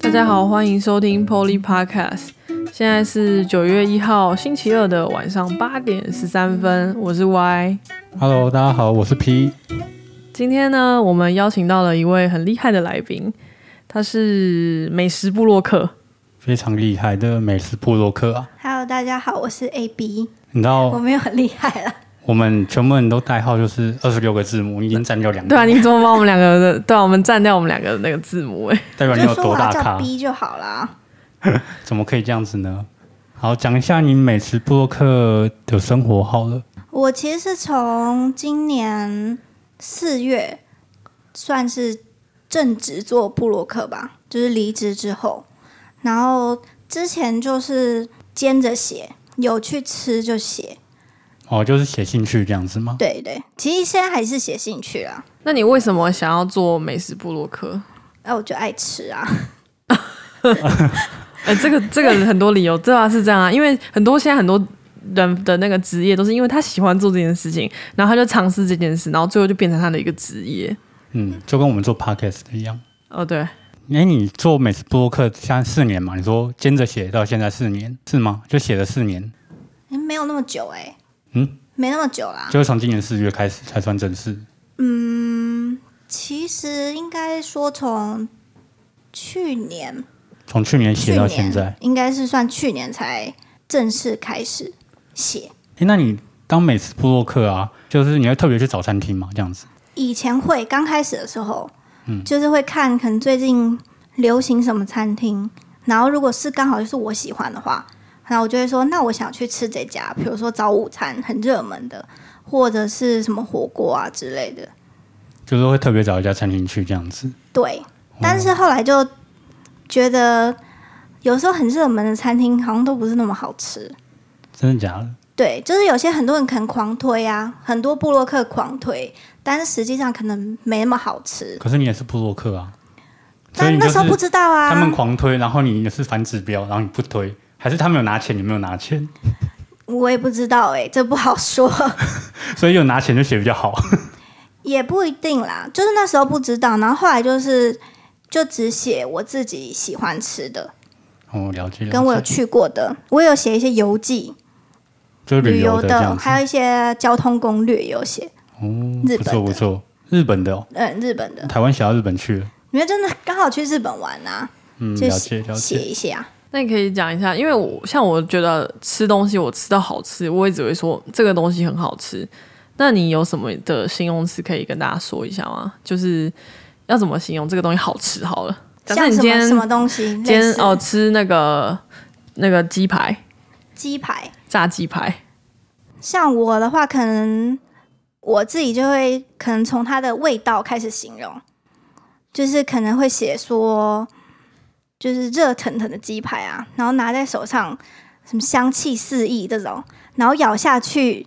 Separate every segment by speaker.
Speaker 1: 大家好，欢迎收听 Polly Podcast。现在是九月一号星期二的晚上八点十三分，我是 Y。
Speaker 2: Hello，大家好，我是 P。
Speaker 1: 今天呢，我们邀请到了一位很厉害的来宾，他是美食部落客。
Speaker 2: 非常厉害的美食部落客啊！
Speaker 3: Hello，大家好，我是 AB，、
Speaker 2: 你知
Speaker 3: 我
Speaker 2: 道
Speaker 3: 没有很厉害啦，
Speaker 2: 我们全部人都代号就是二十六个字母，你已经占掉两个，
Speaker 1: 对啊，你怎么把我们两个的， 对啊，我们占掉我们两个的那个字母哎、
Speaker 2: 代表你
Speaker 3: 就
Speaker 2: 有
Speaker 3: 说我
Speaker 2: 多
Speaker 3: 要
Speaker 2: 大
Speaker 3: 叫
Speaker 2: 咖？
Speaker 3: B 就好啦。
Speaker 2: 怎么可以这样子呢？好，讲一下你美食部落客的生活好了。
Speaker 3: 我其实是从今年四月算是正职做布洛克吧，就是离职之后，然后之前就是兼着写，有去吃就写，
Speaker 2: 哦，就是写兴趣这样子吗？
Speaker 3: 对对，其实现在还是写兴趣啦，
Speaker 1: 那你为什么想要做美食部落客？
Speaker 3: 那哦我就爱吃啊，
Speaker 1: 哎、这个这个很多理由， 对啊，是这样啊，因为很多现在很多人的那个职业都是因为他喜欢做这件事情，然后他就尝试这件事，然后最后就变成他的一个职业。
Speaker 2: 嗯，就跟我们做 podcast 一样。
Speaker 1: 哦，对，
Speaker 2: 哎，你做美食部落客现在四年嘛？你说兼着写到现在四年是吗？就写了四年，
Speaker 3: 诶没有那么久哎、
Speaker 2: 嗯，
Speaker 3: 没那么久啦，
Speaker 2: 就是从今年四月开始才算正式。
Speaker 3: 嗯，其实应该说从去年，
Speaker 2: 从去年写
Speaker 3: 去
Speaker 2: 到
Speaker 3: 年
Speaker 2: 现在，
Speaker 3: 应该是算去年才正式开始写。
Speaker 2: 诶，那你当美食部落客啊，就是你会特别去找餐厅吗？这样子？
Speaker 3: 以前会刚开始的时候，
Speaker 2: 嗯
Speaker 3: 就是会看可能最近流行什么餐厅，然后如果是刚好就是我喜欢的话，然后我就会说，那我想去吃这家，比如说早午餐很热门的，或者是什么火锅啊之类的。
Speaker 2: 就是会特别找一家餐厅去这样子。
Speaker 3: 对，但是后来就觉得有时候很热门的餐厅好像都不是那么好吃。
Speaker 2: 真的假的？
Speaker 3: 对，就是有些很多人可能狂推啊，很多布洛克狂推，但是实际上可能没那么好吃。
Speaker 2: 可是你也是部落客啊，所以
Speaker 3: 但
Speaker 2: 你
Speaker 3: 那
Speaker 2: 就
Speaker 3: 时候不
Speaker 2: 是
Speaker 3: 知道
Speaker 2: 他们
Speaker 3: 啊，
Speaker 2: 狂推，然后你也是反指标，然后你不推，还是他们有拿钱，你没有拿钱，
Speaker 3: 我也不知道哎、这不好说，
Speaker 2: 所以有拿钱就写比较好。
Speaker 3: 也不一定啦。就是那时候不知道，然后后来就是就只写我自己喜欢吃的，
Speaker 2: 哦，了解。了
Speaker 3: 跟我有
Speaker 2: 解
Speaker 3: 去过的，我有写一些游记、
Speaker 2: 就是旅
Speaker 3: 旅
Speaker 2: 游
Speaker 3: 游
Speaker 2: 的这样
Speaker 3: 的，
Speaker 2: 子。
Speaker 3: 还有一些交通攻略也有写，
Speaker 2: 哦，
Speaker 3: 日
Speaker 2: 不
Speaker 3: 本
Speaker 2: 错
Speaker 3: 的
Speaker 2: 不错，日本的哦，
Speaker 3: 嗯，日本的。
Speaker 2: 台湾写到日本去了。
Speaker 3: 因为真的刚好去日本玩啊，
Speaker 2: 嗯，
Speaker 3: 就
Speaker 2: 了解
Speaker 3: 写
Speaker 2: 了
Speaker 3: 写
Speaker 2: 解。
Speaker 3: 一下。
Speaker 1: 那你可以讲一下，因为我像我觉得吃东西，我吃到好吃，我也只会说这个东西很好吃。那你有什么的形容词可以跟大家说一下吗？就是要怎么形容这个东西好吃？好了，假设
Speaker 3: 像
Speaker 1: 你
Speaker 3: 什
Speaker 1: 今
Speaker 3: 么
Speaker 1: 天
Speaker 3: 什么东西？
Speaker 1: 今天
Speaker 3: 类似
Speaker 1: 哦吃那个那个鸡排，
Speaker 3: 鸡排。
Speaker 1: 炸鸡排，
Speaker 3: 像我的话，可能我自己就会可能从它的味道开始形容，就是可能会写说，就是热腾腾的鸡排啊，然后拿在手上，什么香气四溢这种，然后咬下去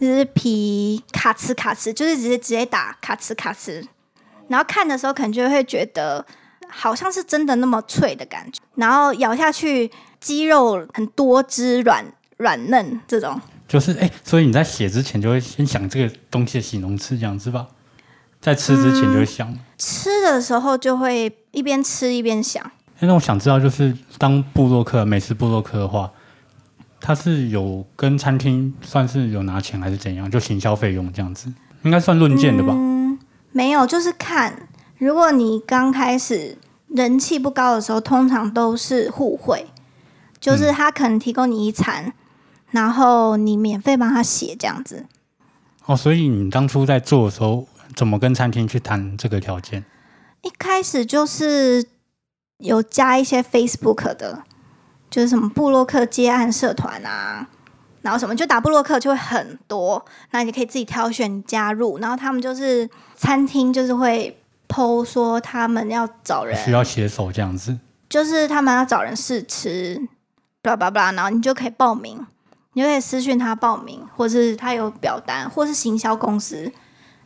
Speaker 3: 就是皮咔哧咔哧，就是直接直接打咔哧咔哧，然后看的时候可能就会觉得好像是真的那么脆的感觉，然后咬下去鸡肉很多汁软软嫩这种。
Speaker 2: 就是哎，所以你在写之前就会先想这个东西的形容词这样子吧，在吃之前就会想。
Speaker 3: 吃的时候就会一边吃一边想，
Speaker 2: 欸那我想知道，就是当布洛克美食布洛克的话，他是有跟餐厅算是有拿钱还是怎样？就行销费用这样子，应该算论件的
Speaker 3: 嗯
Speaker 2: 吧？
Speaker 3: 没有就是看。如果你刚开始人气不高的时候，通常都是互惠，就是他可能提供你一餐，然后你免费帮他写这样子。
Speaker 2: 哦，所以你当初在做的时候，怎么跟餐厅去谈这个条件？
Speaker 3: 一开始就是有加一些 Facebook 的，就是什么布洛克接案社团啊，然后什么就打布洛克就会很多，那你可以自己挑选加入。然后他们就是餐厅就是会 PO 说他们要找人，
Speaker 2: 需要写手这样子？
Speaker 3: 就是他们要找人试吃，blah blah blah，然后你就可以报名，你就可以私讯他报名，或是他有表单，或是行销公司，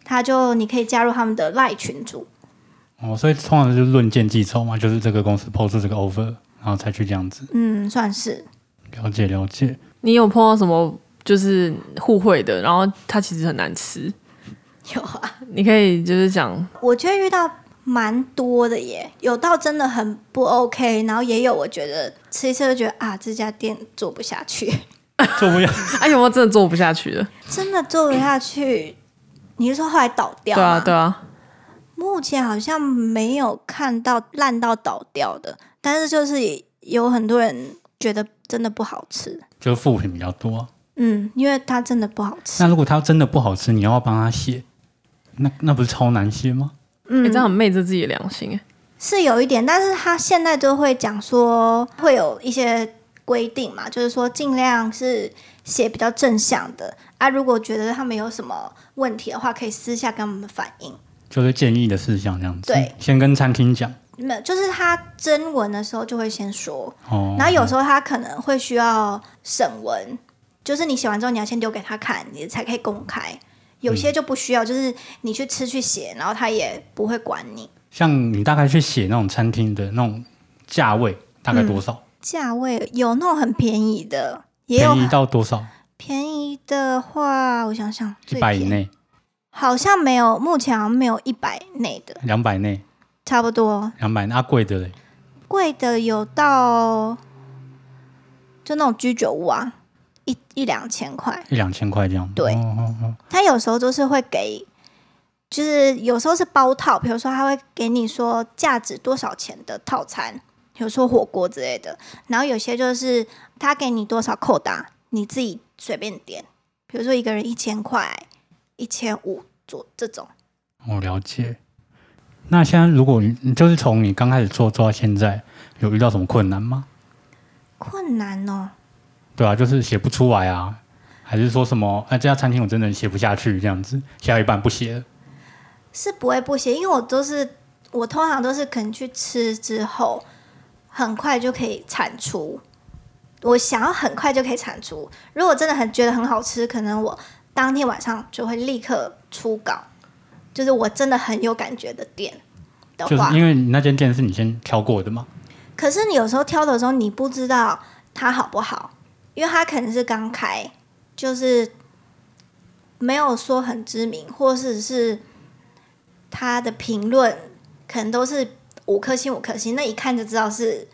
Speaker 3: 他就你可以加入他们的赖群组。
Speaker 2: 哦，所以通常就是论件计酬嘛，就是这个公司抛出这个 offer，然后才去这样子。
Speaker 3: 嗯，算是。
Speaker 2: 了解了解。
Speaker 1: 你有碰到什么就是互惠的，然后它其实很难吃，
Speaker 3: 有啊，
Speaker 1: 你可以就是讲
Speaker 3: 我觉得遇到蛮多的耶，有到真的很不 OK，然后也有我觉得吃一次就觉得啊，这家店做不下去，
Speaker 2: 做不了。
Speaker 1: 哎，有没有真的做不下去的？
Speaker 3: 真的做不下去。你是说后来倒掉
Speaker 1: 对
Speaker 3: 吗？
Speaker 1: 啊，对啊，
Speaker 3: 目前好像没有看到烂到倒掉的，但是就是也有很多人觉得真的不好吃，
Speaker 2: 就是副品比较多。
Speaker 3: 嗯，因为它真的不好吃
Speaker 2: 那。如果它真的不好吃，你要不要帮它写，那那不是超难写吗？
Speaker 1: 你、
Speaker 3: 嗯
Speaker 1: 这样很昧着自己的良心哎、
Speaker 3: 是有一点，但是他现在就会讲说会有一些规定嘛，就是说尽量是写比较正向的啊。如果觉得他们有什么问题的话，可以私下跟我们反映。
Speaker 2: 就是建议的事项这样子。
Speaker 3: 对，
Speaker 2: 先跟餐厅讲
Speaker 3: 没有，就是他征文的时候就会先说，
Speaker 2: 哦。
Speaker 3: 然后有时候他可能会需要审文，就是你写完之后你要先丢给他看，你才可以公开。有些就不需要，就是你去吃去写，然后他也不会管你。
Speaker 2: 像你大概去写那种餐厅的那种价位，大概多少？
Speaker 3: 价位有那种很便宜的，嗯也有
Speaker 2: 便宜到多少？
Speaker 3: 便宜的话，我想想，
Speaker 2: 一
Speaker 3: 最
Speaker 2: 百
Speaker 3: 便
Speaker 2: 以
Speaker 3: 宜
Speaker 2: 内，
Speaker 3: 好像没有，目前好像没有一百内的，
Speaker 2: 两百内，
Speaker 3: 差不多
Speaker 2: 两百那贵的嘞，
Speaker 3: 贵的有到就那种居酒屋啊，一一两千块。
Speaker 2: 一两千块这样。
Speaker 3: 对
Speaker 2: 哦哦哦
Speaker 3: 他有时候就是会给，就是有时候是包套，比如说他会给你说价值多少钱的套餐，比如说火锅之类的，然后有些就是他给你多少扣打，你自己随便点，比如说一个人一千块、一千五左这种。
Speaker 2: 我哦了解。那现在如果你你就是从你刚开始做做到现在，有遇到什么困难吗？
Speaker 3: 困难哦，
Speaker 2: 对啊，就是写不出来啊，还是说什么？哎、这家餐厅我真的写不下去，这样子写到一半不写了。
Speaker 3: 是不会不写，因为我都是我通常都是可能去吃之后，很快就可以产出。我想要很快就可以产出，如果真的很觉得很好吃，可能我当天晚上就会立刻出稿，就是我真的很有感觉的店的
Speaker 2: 就
Speaker 3: 话
Speaker 2: 是。因为你那间店是你先挑过的嘛，
Speaker 3: 可是你有时候挑的时候，你不知道它好不好，因为它可能是刚开，就是没有说很知名，或者是它的评论可能都是五颗星五颗星，那一看就知道是，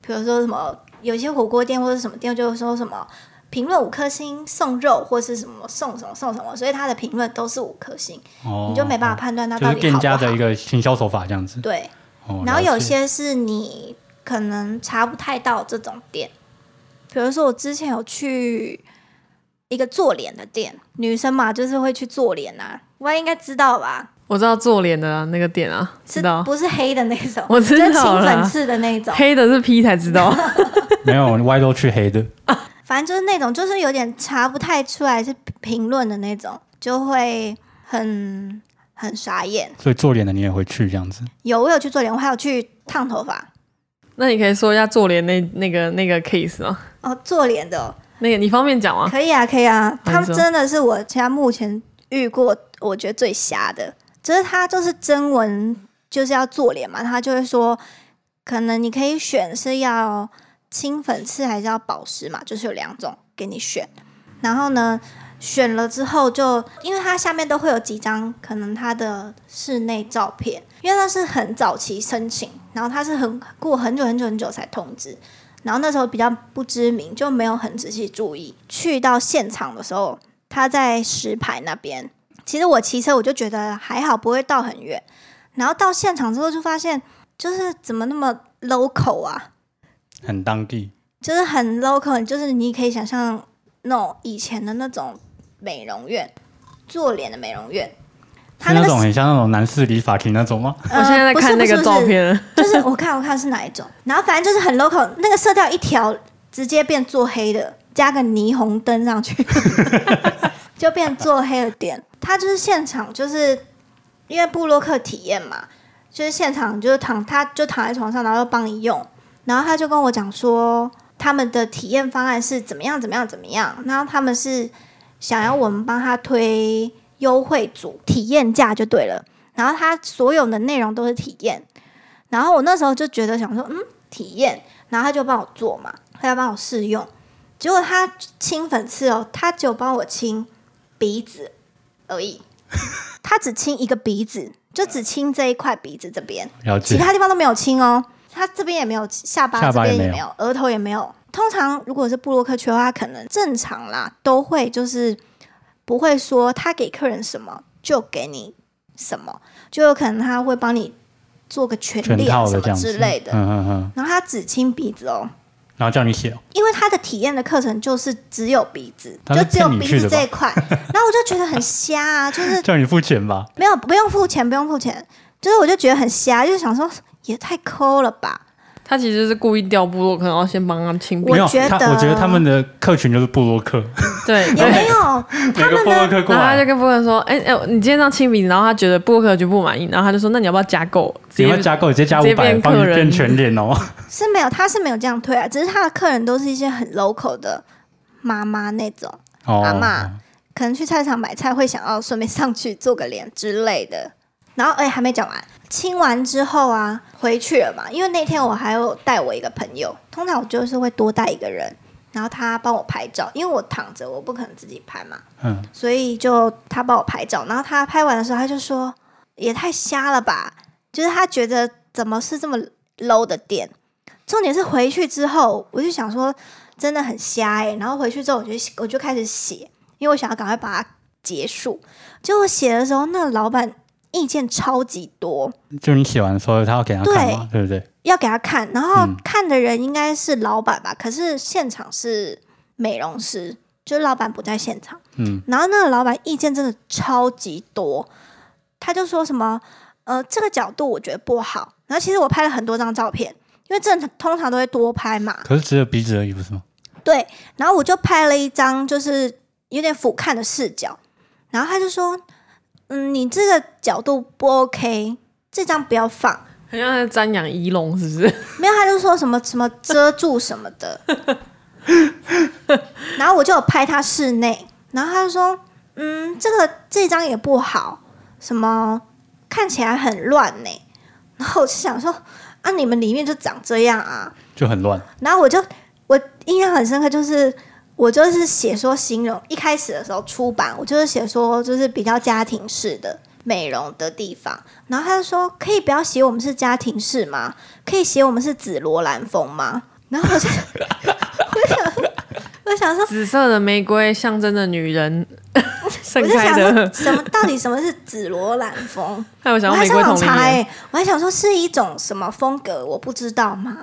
Speaker 3: 比如说什么有些火锅店或者什么店就会说什么。评论五颗星送肉或是什么送什么送什么，所以它的评论都是五颗星，
Speaker 2: 哦，
Speaker 3: 你就没办法
Speaker 2: 法，
Speaker 3: 判断它
Speaker 2: 哦就
Speaker 3: 到
Speaker 2: 是
Speaker 3: 底
Speaker 2: 店
Speaker 3: 好不
Speaker 2: 家
Speaker 3: 好。
Speaker 2: 的一个行销手法这样子。
Speaker 3: 对，
Speaker 2: 哦，
Speaker 3: 然后
Speaker 2: 了
Speaker 3: 有
Speaker 2: 解
Speaker 3: 些是你可能查不太到这种店，比如说我之前有去一个做脸的店，女生嘛就是会去做脸啊，我应该知道吧？
Speaker 1: 我知道做脸的、啊、那个店啊，
Speaker 3: 是
Speaker 1: 知道
Speaker 3: 不是黑的那种？
Speaker 1: 我知道
Speaker 3: 就是清
Speaker 1: 啦
Speaker 3: 粉刺 的那种，
Speaker 1: 黑的是 P 才知道。
Speaker 2: 没有歪都去黑的，
Speaker 3: 反正就是那种，就是有点查不太出来是评论的那种，就会很很傻眼。
Speaker 2: 所以做脸的你也会去这样子。
Speaker 3: 有我有去做脸，我还有去烫头发
Speaker 1: 那你可以说一下做脸那那个那个 case 吗？
Speaker 3: 哦，做脸的哦、
Speaker 1: 那个你方便讲吗？
Speaker 3: 可以啊，可以啊，
Speaker 1: 好
Speaker 3: 他
Speaker 1: 你
Speaker 3: 们
Speaker 1: 说
Speaker 3: 真的是我家目前遇过我觉得最瞎的，就是他就是征文就是要做脸嘛，他就会说，可能你可以选是要清粉刺还是要保湿嘛，就是有两种给你选，然后呢。选了之后就，因为它下面都会有几张可能他的室内照片，因为那是很早期申请，然后他是很过很久很久很久才通知，然后那时候比较不知名，就没有很仔细注意。去到现场的时候，他在石牌那边。其实我骑车我就觉得还好，不会到很远。然后到现场之后就发现，就是怎么那么 local 啊，
Speaker 2: 很当地，
Speaker 3: 就是很 local，就是你可以想象那种以前的那种美容院，做脸的美容院。他
Speaker 2: 是
Speaker 3: 那
Speaker 2: 那
Speaker 3: 个
Speaker 2: 种很像那种男士理发厅那种吗？
Speaker 1: 我现在在看那个照片了，
Speaker 3: 呃就是我看我看是哪一种，然后反正就是很 local，那个色调一条直接变做黑的，加个霓虹灯上去， 就变做黑的点。它就是现场，就是因为布洛克体验嘛，就是现场就是躺，他就躺在床上，然后帮你用，然后他就跟我讲说他们的体验方案是怎么样怎么样怎么样，然后他们是想要我们帮他推优惠组体验价就对了，然后他所有的内容都是体验。然后我那时候就觉得想说，嗯，体验，然后他就帮我做嘛，他要帮我试用，结果他清粉刺哦，他只有帮我清鼻子而已，他只清一个鼻子，就只亲这一块鼻子这边，
Speaker 2: 了
Speaker 3: 其
Speaker 2: 解。
Speaker 3: 他地方都没有亲哦。他这边也没有，下巴
Speaker 2: 下
Speaker 3: 这
Speaker 2: 巴
Speaker 3: 边
Speaker 2: 也没有
Speaker 3: 也没有，额头也没有。通常如果是布洛克区的话，可能正常啦，都会就是不会说他给客人什么就给你什么，就有可能他会帮你做个全
Speaker 2: 全
Speaker 3: 脸
Speaker 2: 套
Speaker 3: 什
Speaker 2: 的这
Speaker 3: 么
Speaker 2: 样子
Speaker 3: 之类的。
Speaker 2: 嗯嗯嗯，
Speaker 3: 然后他只亲鼻子哦，
Speaker 2: 然后叫你 写，
Speaker 3: 因为他的体验的课程就是只有鼻子，
Speaker 2: 他
Speaker 3: 就是只有
Speaker 2: 骗你
Speaker 3: 鼻
Speaker 2: 去
Speaker 3: 子
Speaker 2: 的
Speaker 3: 这
Speaker 2: 吧
Speaker 3: 一块。然后我就觉得很瞎 啊，就是
Speaker 2: 叫你付钱吧。
Speaker 3: 没有不用付钱，不用付钱，就是我就觉得很瞎，就是想说也太抠了吧。
Speaker 1: 他其实是故意调部落客，然后先帮他们清鼻
Speaker 3: 我
Speaker 2: 没有，
Speaker 3: 觉
Speaker 2: 他
Speaker 3: 得
Speaker 2: 我觉得他们的客群就是布洛 克，
Speaker 1: 对，
Speaker 3: 也
Speaker 1: 对
Speaker 3: 没有，
Speaker 2: 每个布洛克过
Speaker 1: 然后他就
Speaker 2: 来，
Speaker 1: 跟布克说：“哎、哎、你今天这样清鼻子，然后他觉得布克就不满意，然后他就说：‘那你要不要加购？’直
Speaker 2: 你
Speaker 1: 接
Speaker 2: 要加购直接加
Speaker 1: 直接
Speaker 2: 五百，
Speaker 1: 变
Speaker 2: 帮你
Speaker 1: 客人
Speaker 2: 变全脸 哦。
Speaker 3: 是没有，他是没有这样推啊，只是他的客人都是一些很 local 的妈妈那种，
Speaker 2: 哦，
Speaker 3: 阿嬷可能去菜场买菜会想要顺便上去做个脸之类的。然后，哎、还没讲完，清完之后啊，回去了嘛，因为那天我还有带我一个朋友，通常我就是会多带一个人，然后他帮我拍照，因为我躺着，我不可能自己拍嘛，
Speaker 2: 嗯，
Speaker 3: 所以就他帮我拍照，然后他拍完的时候，他就说也太瞎了吧，就是他觉得怎么是这么 low 的店。重点是回去之后，我就想说真的很瞎哎、然后回去之后我就我就开始写，因为我想要赶快把它结束。结果我写的时候，那个老板意见超级多，
Speaker 2: 就你写完的时候，他要给他看嘛，对不对？
Speaker 3: 要给他看，然后
Speaker 2: 嗯
Speaker 3: 看的人应该是老板吧，可是现场是美容师，就是老板不在现场。
Speaker 2: 嗯，
Speaker 3: 然后那个老板意见真的超级多，他就说什么呃这个角度我觉得不好，然后其实我拍了很多张照片，因为正通常都会多拍嘛，
Speaker 2: 可是只有鼻子而已，不是吗？
Speaker 3: 对，然后我就拍了一张就是有点俯瞰的视角，然后他就说嗯你这个角度不 OK，这张不要放，
Speaker 1: 很像在瞻仰仪容，是不是？
Speaker 3: 没有，他就说什么什么遮住什么的。然后我就有拍他室内，然后他就说，嗯，这个这张也不好，什么看起来很乱呢、然后我就想说，啊，你们里面就长这样啊。
Speaker 2: 就很乱。
Speaker 3: 然后我就我印象很深刻，就是我就是写说形容一开始的时候出版，我就是写说就是比较家庭式的美容的地方，然后他就说可以不要写我们是家庭式吗？可以写我们是紫罗兰风吗？然后我就 我想我想说，
Speaker 1: 紫色的玫瑰象征着女人盛
Speaker 3: 我就
Speaker 1: 开
Speaker 3: 想
Speaker 1: 的
Speaker 3: 说，什么到底什么是紫罗兰风？
Speaker 1: 还有想
Speaker 3: 我
Speaker 1: 要
Speaker 3: 还
Speaker 1: 玫
Speaker 3: 上
Speaker 1: 瑰
Speaker 3: 网
Speaker 1: 同
Speaker 3: 查
Speaker 1: 龄
Speaker 3: 哎、
Speaker 1: 人，
Speaker 3: 我还想说是一种什么风格，我不知道嘛。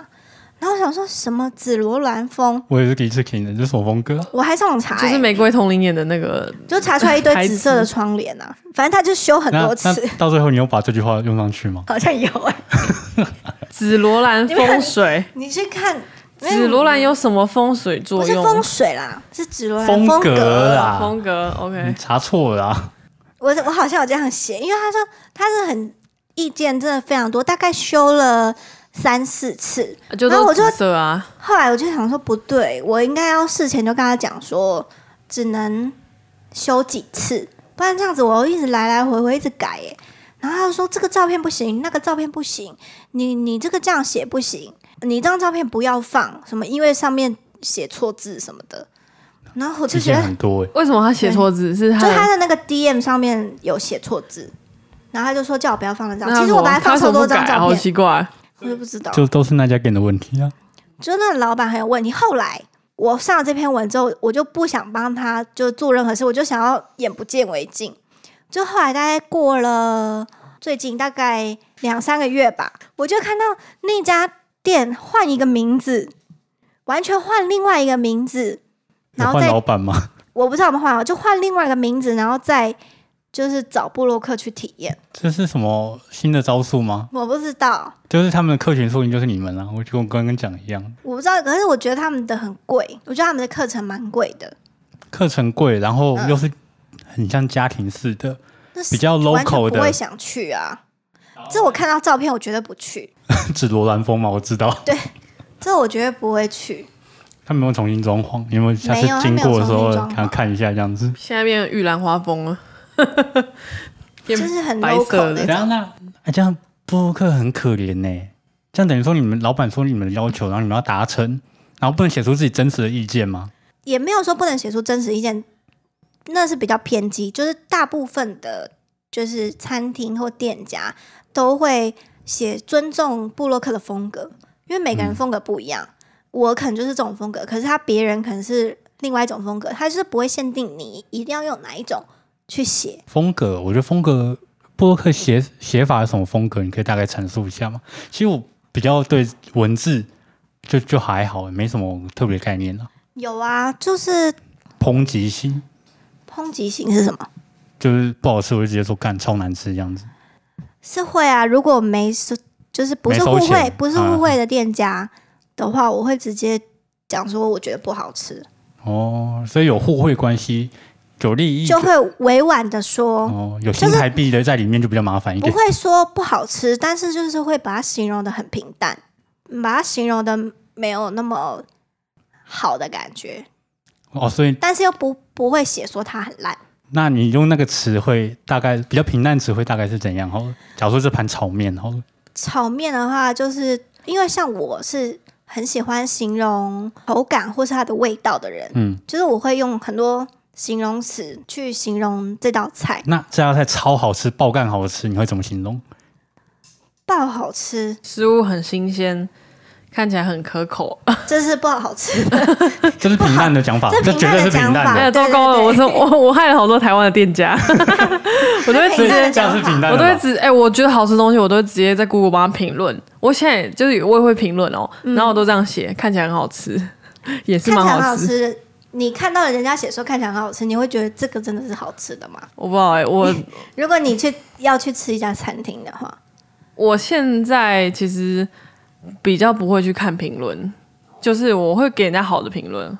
Speaker 3: 然后我想说什么紫罗兰风，
Speaker 2: 我也是第一次听的，这是什么风格啊？
Speaker 3: 我还上网查、
Speaker 1: 就
Speaker 3: 欸，
Speaker 1: 是玫瑰同龄人的那个
Speaker 3: 就查出来 一堆
Speaker 1: 牌
Speaker 3: 紫
Speaker 1: 子
Speaker 3: 色的窗帘啊，反正他就修很
Speaker 2: 那
Speaker 3: 多次，
Speaker 2: 那到最后你有把这句话用上去吗？
Speaker 3: 好像有哎、
Speaker 1: 紫罗兰风水。
Speaker 3: 你去看
Speaker 1: 紫罗兰有什么风水
Speaker 3: 不
Speaker 1: 作
Speaker 3: 是
Speaker 1: 用？
Speaker 3: 风水啦，是紫罗兰
Speaker 2: 风
Speaker 3: 风
Speaker 2: 格啦
Speaker 1: 啊风格
Speaker 2: 你
Speaker 1: OK，
Speaker 2: 查错了啊！
Speaker 3: 我我好像有这样写，因为他说他是很意见真的非常多，大概修了三四次。
Speaker 1: 就
Speaker 3: 那
Speaker 1: 都
Speaker 3: 我就
Speaker 1: 紫色啊。
Speaker 3: 后来我就想说不对，我应该要事前就跟他讲说，只能修几次，不然这样子我又一直来来回回一直改耶。然后他就说这个照片不行，那个照片不行，你你这个这样写不行，你这张照片不要放什么，因为上面写错字什么的。然后我就
Speaker 2: 意
Speaker 3: 觉
Speaker 2: 见
Speaker 3: 得，
Speaker 2: 很多哎，
Speaker 1: 为什么他写错字？是他
Speaker 3: 就
Speaker 1: 的
Speaker 3: 他的那个 DM 上面有写错字，然后他就说叫我不要放那张
Speaker 1: 那，他
Speaker 3: 其实
Speaker 1: 怎
Speaker 3: 我
Speaker 1: 么
Speaker 3: 本来放
Speaker 1: 他
Speaker 3: 超
Speaker 1: 怎么
Speaker 3: 多
Speaker 1: 不
Speaker 3: 张
Speaker 1: 改啊
Speaker 3: 照
Speaker 1: 好
Speaker 3: 片，
Speaker 1: 奇怪。
Speaker 3: 我就不知道。
Speaker 2: 就都是那家店的问题啊。
Speaker 3: 就那老板很有问题。后来我上了这篇文之后，我就不想帮他就做任何事，我就想要眼不见为净。就后来大概过了最近大概两三个月吧，我就看到那家店换一个名字，完全换另外一个名字，
Speaker 2: 有
Speaker 3: 然后
Speaker 2: 换
Speaker 3: 再
Speaker 2: 老板吗？
Speaker 3: 我不知道我们换了，就换另外一个名字，然后再就是找布洛克去体验。
Speaker 2: 这是什么新的招数吗？
Speaker 3: 我不知道，
Speaker 2: 就是他们的客群说明就是你们啊，我就跟我刚刚讲一样，
Speaker 3: 我不知道，可是我觉得他们的很贵，我觉得他们的课程蛮贵的。
Speaker 2: 课程贵，然后
Speaker 3: 嗯
Speaker 2: 又是很像家庭式的，
Speaker 3: 那
Speaker 2: 比较
Speaker 3: 完全
Speaker 2: local
Speaker 3: 不会
Speaker 2: 的
Speaker 3: 想去啊。这我看到照片，我绝对不去，
Speaker 2: 紫罗兰风嘛，我知道。
Speaker 3: 这我绝对不会去。
Speaker 2: 他们有没有重新装潢，你有没有下次
Speaker 3: 没有他
Speaker 2: 经
Speaker 3: 没有
Speaker 2: 过的时
Speaker 3: 重
Speaker 2: 候
Speaker 3: 新装潢
Speaker 2: 看看一下这样子？
Speaker 1: 现在变玉兰花风了，
Speaker 3: 就
Speaker 1: 变
Speaker 3: 是很
Speaker 1: 白
Speaker 3: local
Speaker 1: 色的
Speaker 2: 等
Speaker 3: 那
Speaker 2: 一下
Speaker 3: 种，
Speaker 2: 那哎这样布洛克很可怜呢、这样等于说你们老板说你们的要求，然后你们要达成，然后不能写出自己真实的意见吗？
Speaker 3: 也没有说不能写出真实意见，那是比较偏激。就是大部分的就是餐厅或店家都会写尊重布洛克的风格，因为每个
Speaker 2: 嗯
Speaker 3: 人风格不一样。我可能就是这种风格，可是他别人可能是另外一种风格，他就是不会限定你一定要用哪一种去写。
Speaker 2: 风格，我觉得风格布洛克写写法有什么风格？你可以大概阐述一下吗？其实我比较对文字就就还好，没什么特别概念啊。
Speaker 3: 有啊，就是
Speaker 2: 抨击性
Speaker 3: 抨击型是什么？
Speaker 2: 就是不好吃，我就直接说干超难吃这样子。
Speaker 3: 是会啊，如果没收，就是不是
Speaker 2: 没收
Speaker 3: 互惠
Speaker 2: 钱，
Speaker 3: 不是互惠的店家的话，我会直接讲说我觉得不好吃，
Speaker 2: 哦，所以有互惠关系，有利益
Speaker 3: 就会委婉的说，
Speaker 2: 哦，有新台币的在里面就比较麻烦一
Speaker 3: 不
Speaker 2: 点。
Speaker 3: 会说不好吃，但是就是会把它形容的很平淡，把它形容的没有那么好的感觉，
Speaker 2: 哦，所以
Speaker 3: 但是又不不会写说它很烂。
Speaker 2: 那你用那个词汇，大概比较平淡词汇大概是怎样？好了，假如说这盘炒面，好了，
Speaker 3: 炒面的话，就是因为像我是很喜欢形容口感或是它的味道的人，
Speaker 2: 嗯，
Speaker 3: 就是我会用很多形容词去形容这道菜，
Speaker 2: 那这道菜超好吃，爆干好吃，你会怎么形容？
Speaker 3: 爆好吃，
Speaker 1: 食物很新鲜，看起来很可口。
Speaker 3: 这是不好吃 的，
Speaker 2: 这是平淡的讲法，
Speaker 3: 这
Speaker 2: 这绝对是平
Speaker 3: 平淡的讲
Speaker 2: 淡
Speaker 3: 法
Speaker 1: 哎
Speaker 2: 的，
Speaker 1: 呀，糟糕了！
Speaker 3: 对
Speaker 1: 我
Speaker 3: 对
Speaker 1: 是
Speaker 3: 对
Speaker 1: 我我害了好多台湾的店 家，我都会直
Speaker 2: 这
Speaker 3: 平淡
Speaker 1: 接
Speaker 3: 的
Speaker 2: 这
Speaker 3: 讲
Speaker 2: 样
Speaker 3: 法
Speaker 2: 是平淡的吧，
Speaker 1: 我都会直哎、我觉得好吃的东西，我都会直接在 Google 帮他评论。我现在就是我也会评论哦，然后我都这样写，看起来很好吃， 也是
Speaker 3: 嗯看起来
Speaker 1: 蛮
Speaker 3: 很好
Speaker 1: 吃。
Speaker 3: 吃。你看到人家写说看起来很好吃，你会觉得这个真的是好吃的吗？
Speaker 1: 我不知道哎、我
Speaker 3: 如果你去要去吃一家餐厅的话，
Speaker 1: 我现在其实比较不会去看评论，就是我会给人家好的评论，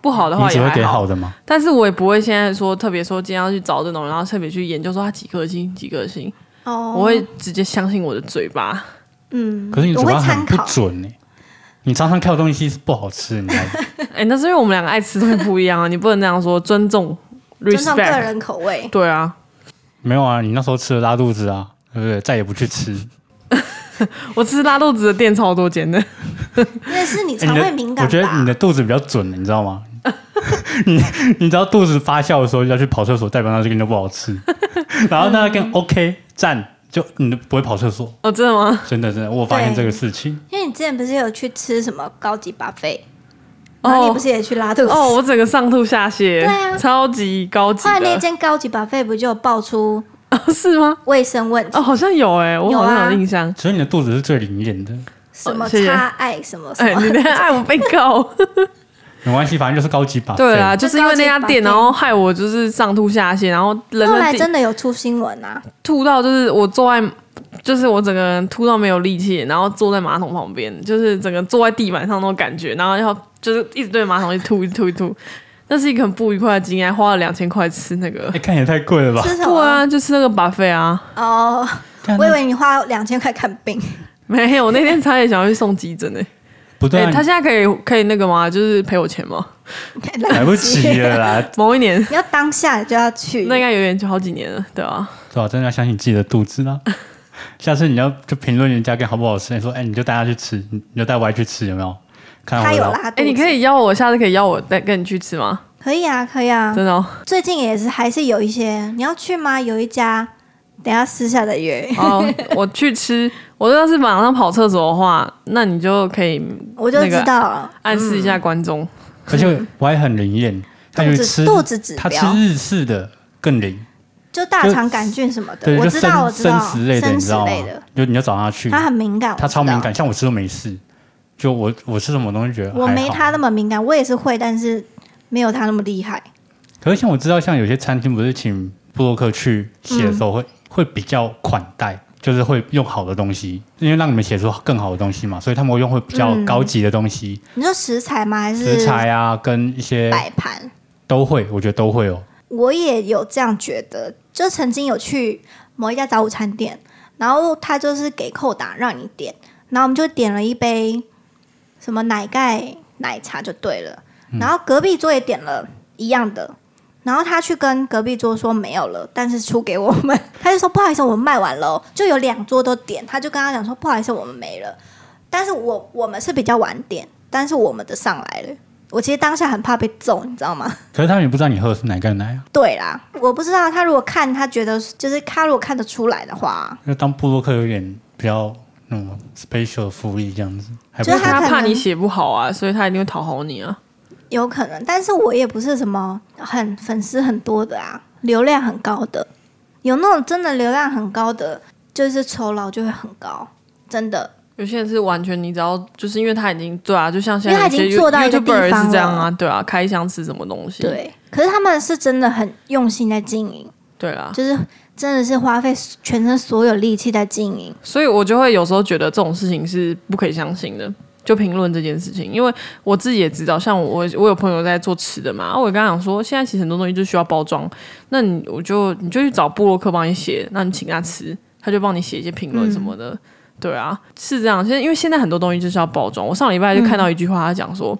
Speaker 1: 不好的
Speaker 3: 哦
Speaker 2: 你
Speaker 1: 话
Speaker 2: 只
Speaker 1: 也
Speaker 2: 会
Speaker 1: 还
Speaker 2: 给
Speaker 1: 好。
Speaker 2: 好的吗？
Speaker 1: 但是我也不会现在说特别说今天要去找这种，然后特别去研究说它几颗星几颗星，
Speaker 3: 哦，
Speaker 1: 我会直接相信我的嘴巴。
Speaker 3: 嗯，
Speaker 2: 可是你嘴
Speaker 3: 我会
Speaker 2: 巴很
Speaker 3: 参
Speaker 2: 不
Speaker 3: 考，
Speaker 2: 准呢、你常常挑东西是不好吃的，你还
Speaker 1: 哎、那是因为我们两个爱吃东西不一样啊，你不能那样说，尊重
Speaker 3: 尊重个
Speaker 1: ，respect，
Speaker 3: 人口味。
Speaker 1: 对啊，
Speaker 2: 没有啊？你那时候吃了拉肚子啊，对不对？再也不去吃。
Speaker 1: 我吃拉肚子的店超多间的，
Speaker 3: 那是你
Speaker 2: 哎
Speaker 3: 肠
Speaker 2: 你
Speaker 3: 胃
Speaker 2: 的
Speaker 3: 敏
Speaker 2: 我
Speaker 3: 感
Speaker 2: 觉得你
Speaker 3: 吧？
Speaker 2: 的肚子比较准，你知道吗？ 你你知道肚子发酵的时候要去跑厕所，代表那这个就不好吃。 然后那
Speaker 3: 嗯
Speaker 2: 跟 OK 赞，就你都不会跑厕所，
Speaker 1: 哦，真的吗？
Speaker 2: 真的真的，我有发现
Speaker 3: 对
Speaker 2: 这个事情。
Speaker 3: 因为你之前不是有去吃什么高级 buffet，然后你
Speaker 1: 哦
Speaker 3: 不是也去拉肚子？
Speaker 1: 哦，我整个上吐下泻，
Speaker 3: 对啊
Speaker 1: 超级高级
Speaker 3: 后来那
Speaker 1: 的，哦
Speaker 3: 间高级 buffet 不就有爆出
Speaker 1: 是吗？
Speaker 3: 卫生问题
Speaker 1: 哦，，好像有哎、我
Speaker 3: 有
Speaker 1: 好
Speaker 3: 啊
Speaker 1: 像有印象。
Speaker 2: 所以你的肚子是最灵验的，
Speaker 3: 什么
Speaker 1: 谢谢
Speaker 3: 差爱什么什
Speaker 1: 哎、
Speaker 3: 么
Speaker 1: 你，等下害我被告。
Speaker 2: 没关系，反正就是高级把费。
Speaker 1: 对啦，
Speaker 3: 啊
Speaker 1: 就是因为那家
Speaker 3: 高级
Speaker 1: 店，
Speaker 3: 把
Speaker 1: 然
Speaker 3: 费
Speaker 1: 后害我就是上吐下泻，然后人
Speaker 3: 后来
Speaker 1: 的地
Speaker 3: 真的有出新闻啊，
Speaker 1: 吐到就是我坐在，就是我整个人吐到没有力气，然后坐在马桶旁边，就是整个坐在地板上那种感觉，然后要就是一直对马桶一直吐一直吐一直吐，那是一个很不愉快的经验，还花了两千块吃那个
Speaker 2: 哎、。看也太贵了吧？
Speaker 3: 是什
Speaker 1: 对
Speaker 3: 么？
Speaker 1: 啊，就是那个 buffet 啊，
Speaker 3: 哦，我以为你花两千块看病，
Speaker 1: 没有，我那天差点想要去送急诊呢、
Speaker 2: 不对、
Speaker 1: 哎、
Speaker 2: 啊，
Speaker 1: 他现在可以可以那个吗？就是赔我钱吗？
Speaker 2: 来不及了啦，
Speaker 1: 某一年，
Speaker 3: 你要当下就要去，
Speaker 1: 那应该有点久好几年了，对啊。
Speaker 2: 对吧、真的要相信自己的肚子啦。 下次你要就评论人家跟好不好吃，你说哎、你就带他去吃，你你就带 Y 去吃，有没有？看
Speaker 3: 他
Speaker 2: 会不
Speaker 3: 有
Speaker 2: 会
Speaker 3: 拉肚子，
Speaker 1: 哎、你可以邀我，下次可以邀我带跟你去吃吗？
Speaker 3: 可以啊，可以啊。
Speaker 1: 真的、 哦。
Speaker 3: 最近也是还是有一些，你要去吗？有一家，等一下私下的约，
Speaker 1: 好，哦我去吃。我要是马上跑厕所的话，那你就可以
Speaker 3: 我就
Speaker 1: 那个
Speaker 3: 知道了。
Speaker 1: 暗示一
Speaker 3: 嗯
Speaker 1: 下观众。
Speaker 2: 而且我也很灵验，他有
Speaker 3: 肚
Speaker 2: 吃
Speaker 3: 嗯子肚子指
Speaker 2: 他吃
Speaker 3: 标，
Speaker 2: 日式的更灵，
Speaker 3: 就大肠杆菌什么的，
Speaker 2: 对，
Speaker 3: 我
Speaker 2: 就
Speaker 3: 知道，我
Speaker 2: 生
Speaker 3: 知道，
Speaker 2: 生食类的，你知道吗
Speaker 3: 类的，？
Speaker 2: 就你就找他去，
Speaker 3: 他很敏感，
Speaker 2: 他
Speaker 3: 我知
Speaker 2: 超
Speaker 3: 道
Speaker 2: 敏感，像我吃都没事，就我我吃什么东西觉得
Speaker 3: 我
Speaker 2: 还
Speaker 3: 没
Speaker 2: 好
Speaker 3: 他那么敏感，我也是会，但是没有他那么厉害。
Speaker 2: 可是像我知道，像有些餐厅不是请布洛克去写的时
Speaker 3: 嗯
Speaker 2: 候会、会比较款待，就是会用好的东西，因为让你们写出更好的东西嘛，所以他们会用会比较高级的东西，
Speaker 3: 你说食材吗？还嗯是
Speaker 2: 食材啊跟一些
Speaker 3: 摆盘？
Speaker 2: 都会，我觉得都会哦。
Speaker 3: 我也有这样觉得，就曾经有去某一家早午餐店，然后他就是给扣打让你点，然后我们就点了一杯什么奶盖奶茶就对了，然后隔壁桌也点了一样的。然后他去跟隔壁桌说没有了，但是出给我们，他就说不好意思，我们卖完了哦，就有两桌都点，他就跟他讲说不好意思，我们没了。但是我我们是比较晚点，但是我们的上来了，我其实当下很怕被揍，你知道吗？
Speaker 2: 可是他们也不知道你喝的是哪个奶啊。
Speaker 3: 对啦，我不知道他如果看，他觉得就是他如果看得出来的话，
Speaker 2: 因为当布洛克有点比较那种 special 的福利这样子，还不
Speaker 3: 就是
Speaker 2: 错
Speaker 1: 他
Speaker 3: 可
Speaker 1: 怕
Speaker 3: 能
Speaker 1: 你写不好啊，所以他一定会讨好你啊。
Speaker 3: 有可能。但是我也不是什么很粉丝很多的啊，流量很高的，有那种真的流量很高的，就是酬劳就会很高，真的。
Speaker 1: 有些人是完全你只要就是因为他已经对啊，就像现在
Speaker 3: 因
Speaker 1: 有
Speaker 3: 为他已经
Speaker 1: 些 You-
Speaker 3: 做到一个
Speaker 1: YouTuber
Speaker 3: 地方
Speaker 1: 是这样啊，
Speaker 3: 了
Speaker 1: 对啊，开箱吃什么东西，
Speaker 3: 对，可是他们是真的很用心在经营，
Speaker 1: 对啊啦，
Speaker 3: 就是真的是花费全身所有力气在经营。
Speaker 1: 所以我就会有时候觉得这种事情是不可以相信的。就评论这件事情，因为我自己也知道，像我我有朋友在做吃的嘛，我刚刚讲说，现在其实很多东西就需要包装，那你我就你就去找布洛克帮你写，那你请他吃，他就帮你写一些评论什么的。对啊，是这样。现在因为现在很多东西就是要包装。我上礼拜就看到一句话，他讲说，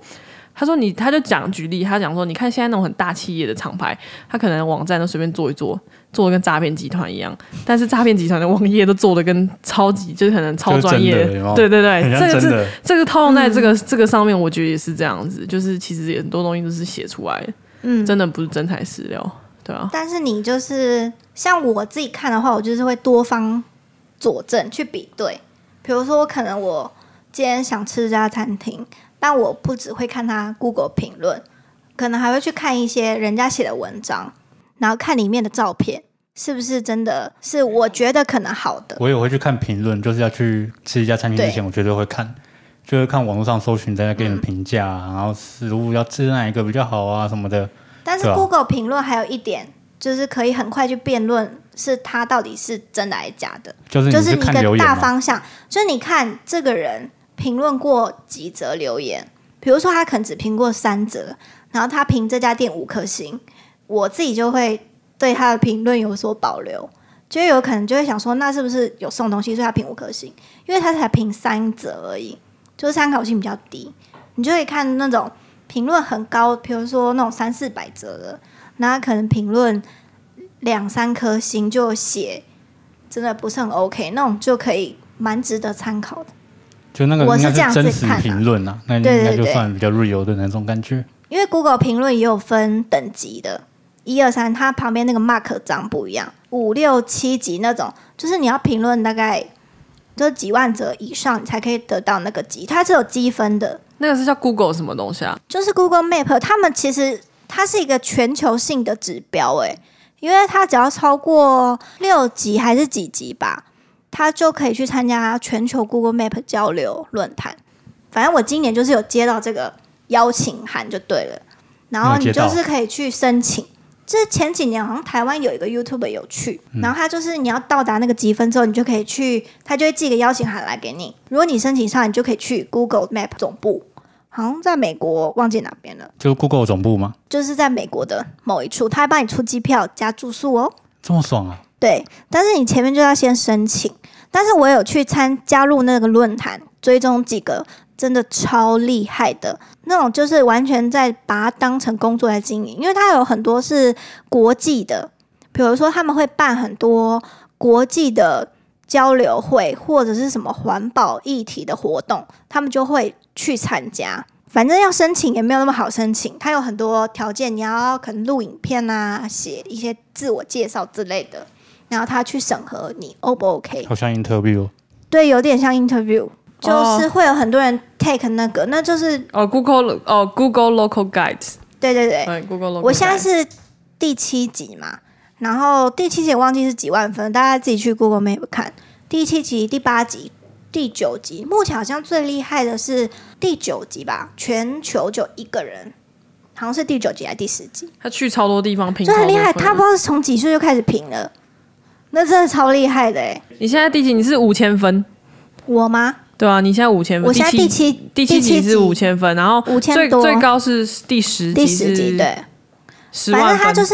Speaker 1: 他说你，他就讲举例，他讲说，你看现在那种很大企业的厂牌，他可能网站都随便做一做，做的跟诈骗集团一样，但是诈骗集团的网页都做的跟超级就是可能超专业
Speaker 2: 就是真的有没有
Speaker 1: 对对
Speaker 3: 哎
Speaker 1: 对，
Speaker 2: 很像
Speaker 1: 这个
Speaker 2: 真
Speaker 1: 是
Speaker 2: 的。
Speaker 1: 这个套用在这个、这个上面，我觉得也是这样子，就是其实很多东西都是写出来的，
Speaker 3: 嗯，
Speaker 1: 真的不是真材实料，对啊，
Speaker 3: 但是你就是像我自己看的话，我就是会多方佐证去比对。比如说，可能我今天想吃这家餐厅，但我不只会看他 Google 评论，可能还会去看一些人家写的文章，然后看里面的照片是不是真的是我觉得可能好的。
Speaker 2: 我也会去看评论，就是要去吃一家餐厅之前，我绝对会看，就会看网络上搜寻大家给你的评价啊、然后食物要吃哪一个比较好啊什么的。
Speaker 3: 但是
Speaker 2: 对啊
Speaker 3: Google 评论还有一点，就是可以很快去辩论是它到底是真的还是假的。
Speaker 2: 就是
Speaker 3: 就
Speaker 2: 你
Speaker 3: 是
Speaker 2: 是
Speaker 3: 你
Speaker 2: 看
Speaker 3: 的
Speaker 2: 留言
Speaker 3: 大
Speaker 2: 嘛，
Speaker 3: 方向，就是你看这个人评论过几则留言，比如说他可能只评过三则，然后他评这家店五颗星，我自己就会对他的评论有所保留，就有可能就会想说，那是不是有送东西，所以他评五颗星？因为他才评三则而已，就是参考性比较低。你就会看那种评论很高，比如说那种三四百则的，那他可能评论两三颗星就写真的不是很 OK，那种就可以蛮值得参考的。
Speaker 2: 就那个
Speaker 3: 我
Speaker 2: 应
Speaker 3: 是
Speaker 2: 该
Speaker 3: 这样
Speaker 2: 是
Speaker 3: 子
Speaker 2: 真实
Speaker 3: 看啊
Speaker 2: 评论啊，那应
Speaker 3: 对对
Speaker 2: 该就
Speaker 3: 对
Speaker 2: 算比较 real 的那种感觉。
Speaker 3: 因为 Google 评论也有分等级的，一二三，它旁边那个 mark 章不一样，五六七级那种，就是你要评论大概就几万则以上，你才可以得到那个级，它是有积分的。
Speaker 1: 那个是叫 Google 什么东西啊？
Speaker 3: 就是 Google Map，他们其实它是一个全球性的指标，诶，因为它只要超过六级还是几级吧，它就可以去参加全球 Google Map 交流论坛。反正我今年就是有接到这个邀请函就对了，然后
Speaker 2: 你
Speaker 3: 你
Speaker 2: 有接
Speaker 3: 就
Speaker 2: 到
Speaker 3: 是可以去申请。这前几年好像台湾有一个 YouTube 有去，
Speaker 2: 嗯
Speaker 3: 然后他就是你要到达那个积分之后，你就可以去，他就会寄个邀请函来给你。如果你申请上，你就可以去 Google Map 总部，好像在美国忘记哪边了，
Speaker 2: 就是 Google 总部嘛，
Speaker 3: 就是在美国的某一处，他还帮你出机票加住宿哦。
Speaker 2: 这么爽啊！
Speaker 3: 对，但是你前面就要先申请。但是我有去参加入那个论坛，追踪几个真的超厉害的那种，就是完全在把它当成工作来经营，因为它有很多是国际的，比如说他们会办很多国际的交流会或者是什么环保议题的活动，他们就会去参加。反正要申请也没有那么好申请，它有很多条件，你要可能录影片啊，写一些自我介绍之类的。然后他去审核你 O 不 OK？
Speaker 2: 好像 interview 哦
Speaker 3: 对，有点像 interview，
Speaker 1: 哦
Speaker 3: 就是会有很多人 take 那个，那就是
Speaker 1: 哦，Google 哦，Google Local Guide，
Speaker 3: 对对对。
Speaker 1: 对，Google 哎 Local。
Speaker 3: 我现在是第七集嘛，然后第七集我忘记是几万分，大家自己去 Google Map 看。第七集、第八集、第九集，目前好像最厉害的是第九集吧，全球就一个人，好像是第九集还是第十集。
Speaker 1: 他去超多地方评，
Speaker 3: 就很厉害，
Speaker 1: 超多
Speaker 3: 他
Speaker 1: 分
Speaker 3: 不知道是从几岁就开始评了，那真的超厉害的哎！
Speaker 1: 你现在第几？你是五千分，
Speaker 3: 我吗？
Speaker 1: 对啊，你现在五千分。
Speaker 3: 我现在第
Speaker 1: 第
Speaker 3: 七
Speaker 1: 第七
Speaker 3: 第七
Speaker 1: 集
Speaker 3: 集
Speaker 1: 是五千分，然后
Speaker 3: 5000
Speaker 1: 最
Speaker 3: 多
Speaker 1: 最高是第十
Speaker 3: 第
Speaker 1: 集
Speaker 3: 十
Speaker 1: 是
Speaker 3: 集对，
Speaker 1: 十
Speaker 3: 反
Speaker 1: 万
Speaker 3: 正
Speaker 1: 分，
Speaker 3: 他就是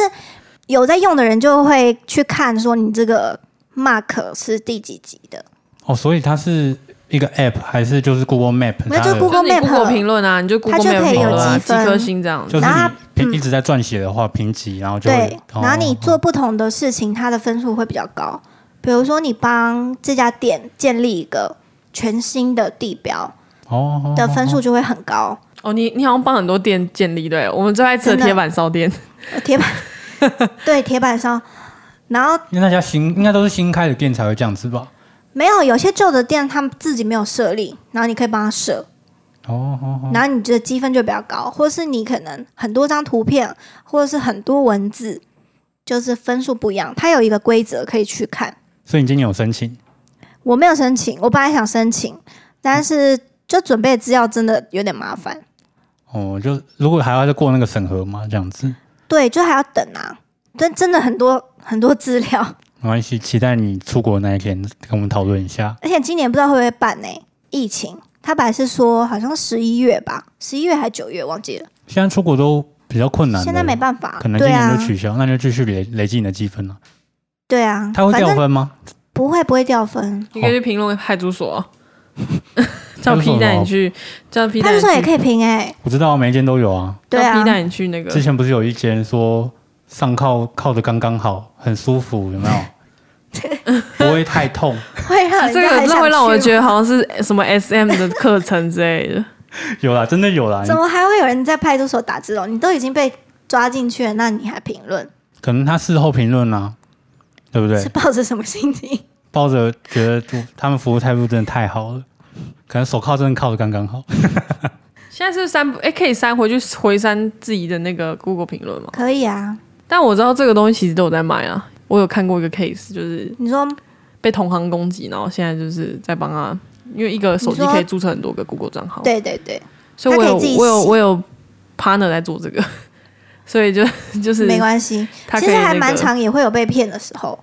Speaker 3: 有在用的人就会去看说你这个 mark 是第几集的，
Speaker 2: 哦，所以它是一个 app 还是就是 Google Map？
Speaker 3: 没有
Speaker 2: 它的
Speaker 3: 就 Google
Speaker 1: 就是你
Speaker 3: Map
Speaker 1: Google 评论啊，你就 Google
Speaker 3: 它就
Speaker 1: Map
Speaker 3: 可
Speaker 2: 有
Speaker 3: 以
Speaker 1: 评论啊，
Speaker 3: 积分
Speaker 1: 几颗星这样
Speaker 2: 就
Speaker 1: 子。
Speaker 2: 是
Speaker 3: 然后嗯
Speaker 2: 你评一直在撰写的话，评级然后就
Speaker 3: 对
Speaker 2: 会，
Speaker 3: 然后你
Speaker 2: 哦
Speaker 3: 做不同的事情，它的分数会比较高。比如说你帮这家店建立一个全新的地标
Speaker 2: 哦哦哦
Speaker 3: 的分数就会很高，
Speaker 1: 哦，你你好像帮很多店建立对，我们最爱吃的
Speaker 3: 真的
Speaker 1: 铁板烧店，
Speaker 3: 呃 铁板，对铁板烧。然后
Speaker 2: 因为那家新应该都是新开的店才会这样子吧？
Speaker 3: 没有有些旧的店，他们自己没有设立，然后你可以帮他设，
Speaker 2: 哦哦哦，
Speaker 3: 然后你的积分就比较高，或是你可能很多张图片，或者是很多文字，就是分数不一样。它有一个规则可以去看。
Speaker 2: 所以你今年有申请？
Speaker 3: 我没有申请，我本来想申请，但是就准备的资料真的有点麻烦。
Speaker 2: 哦，就如果还要再过那个审核嘛，这样子
Speaker 3: 对，就还要等啊，但真的很多很多资料，
Speaker 2: 没关系，期待你出国那一天跟我们讨论一下。
Speaker 3: 而且今年不知道会不会办呢、疫情，他本来是说好像十一月吧，十一月还九月忘记了，
Speaker 2: 现在出国都比较困难了，
Speaker 3: 现在没办法，
Speaker 2: 可能今
Speaker 3: 对
Speaker 2: 年
Speaker 3: 啊
Speaker 2: 就，取消，那就继续累累积你的积分了。
Speaker 3: 对啊，
Speaker 2: 他会
Speaker 3: 反
Speaker 2: 掉
Speaker 3: 正
Speaker 2: 分吗？
Speaker 3: 不会不会掉分，
Speaker 1: 你可以去评论派出所，叫
Speaker 2: 派出所
Speaker 1: P 带
Speaker 2: 吗
Speaker 1: 你去，叫 P
Speaker 3: 派
Speaker 1: 带你
Speaker 3: 出所也可
Speaker 1: 去，
Speaker 3: 以评哎、
Speaker 2: 我知道每一间都有啊。
Speaker 3: 对
Speaker 1: 叫
Speaker 3: 啊
Speaker 1: P，带你去那个
Speaker 2: 之前不是有一间说上靠靠的刚刚好，很舒服，有没有？ 不会太痛，
Speaker 3: 会让人
Speaker 1: 这
Speaker 3: 家
Speaker 1: 个
Speaker 3: 很
Speaker 1: 这
Speaker 3: 想
Speaker 1: 会让我
Speaker 3: 去
Speaker 1: 觉得好像是什么 SM 的课程之类 的。
Speaker 2: 有啦，真的有啦。
Speaker 3: 怎么还会有人在派出所打字哦？你都已经被抓进去了，那你还评论，
Speaker 2: 可能他事后评论啦，对不
Speaker 3: 是
Speaker 2: 对？
Speaker 3: 抱着什么心情？
Speaker 2: 抱着觉得就他们服务态度真的太好了，可能手铐真的靠的刚刚好。
Speaker 1: 现在是不是删不，哎、可以删回去回删自己的那个 Google 评论吗？
Speaker 3: 可以啊，
Speaker 1: 但我知道这个东西其实都有在卖啊，我有看过一个 case，就是
Speaker 3: 你说
Speaker 1: 被同行攻击，然后现在就是在帮他，因为一个手机
Speaker 3: 你说
Speaker 1: 可以注册很多个 Google 账号，，
Speaker 3: 对对对，
Speaker 1: 所以我有
Speaker 3: 他可以自己
Speaker 1: 我有
Speaker 3: 洗
Speaker 1: 我有 partner 在做这个， 所以就就是
Speaker 3: 没关系，
Speaker 1: 他可
Speaker 3: 其
Speaker 1: 以
Speaker 3: 实还
Speaker 1: 那
Speaker 3: 蛮
Speaker 1: 个
Speaker 3: 常也会有被骗的时候，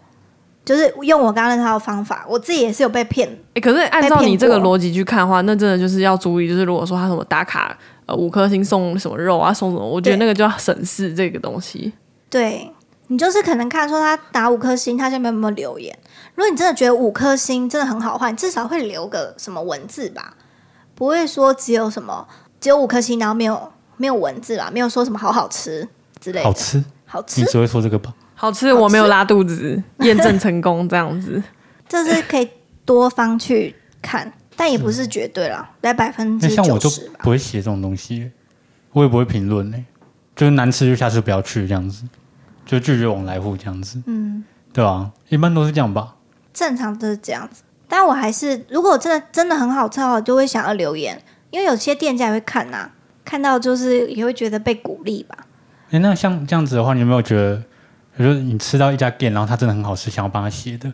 Speaker 3: 就是用我刚刚那套方法，我自己也是有被骗。
Speaker 1: 欸，可是按照
Speaker 3: 被骗
Speaker 1: 你这个
Speaker 3: 过
Speaker 1: 逻辑去看的话，那真的就是要注意，就是如果说他什么打卡呃五颗星送什么肉啊送什么，我觉得
Speaker 3: 对
Speaker 1: 那个就要审视这个东西。
Speaker 3: 对你就是可能看说他打五颗星，他下面有没有留言？如果你真的觉得五颗星真的很好换，你至少会留个什么文字吧，不会说只有什么只有五颗星，然后没有没有文字吧，没有说什么好好吃之类的。
Speaker 2: 好吃，
Speaker 3: 好
Speaker 2: 你
Speaker 3: 吃，
Speaker 2: 只会说这个吧？
Speaker 1: 好吃，我没有拉肚子， 验证成功这样 子。
Speaker 3: 这是可以多方去看，但也不是绝对啦，在百分
Speaker 2: 那
Speaker 3: 之
Speaker 2: 像我
Speaker 3: 九
Speaker 2: 就
Speaker 3: 十吧。
Speaker 2: 不会写这种东西，我也不会评论呢。就是难吃就下次不要去这样子，就拒绝往来户这样子，
Speaker 3: 嗯，
Speaker 2: 对吧、一般都是这样吧。
Speaker 3: 正常都是这样子。但我还是，如果真的真的很好吃的话，我就会想要留言，因为有些店家也会看呐、看到就是也会觉得被鼓励吧。
Speaker 2: 哎、那像这样子的话，你有没有觉得，比如说你吃到一家店，然后它真的很好吃，想要帮它写的，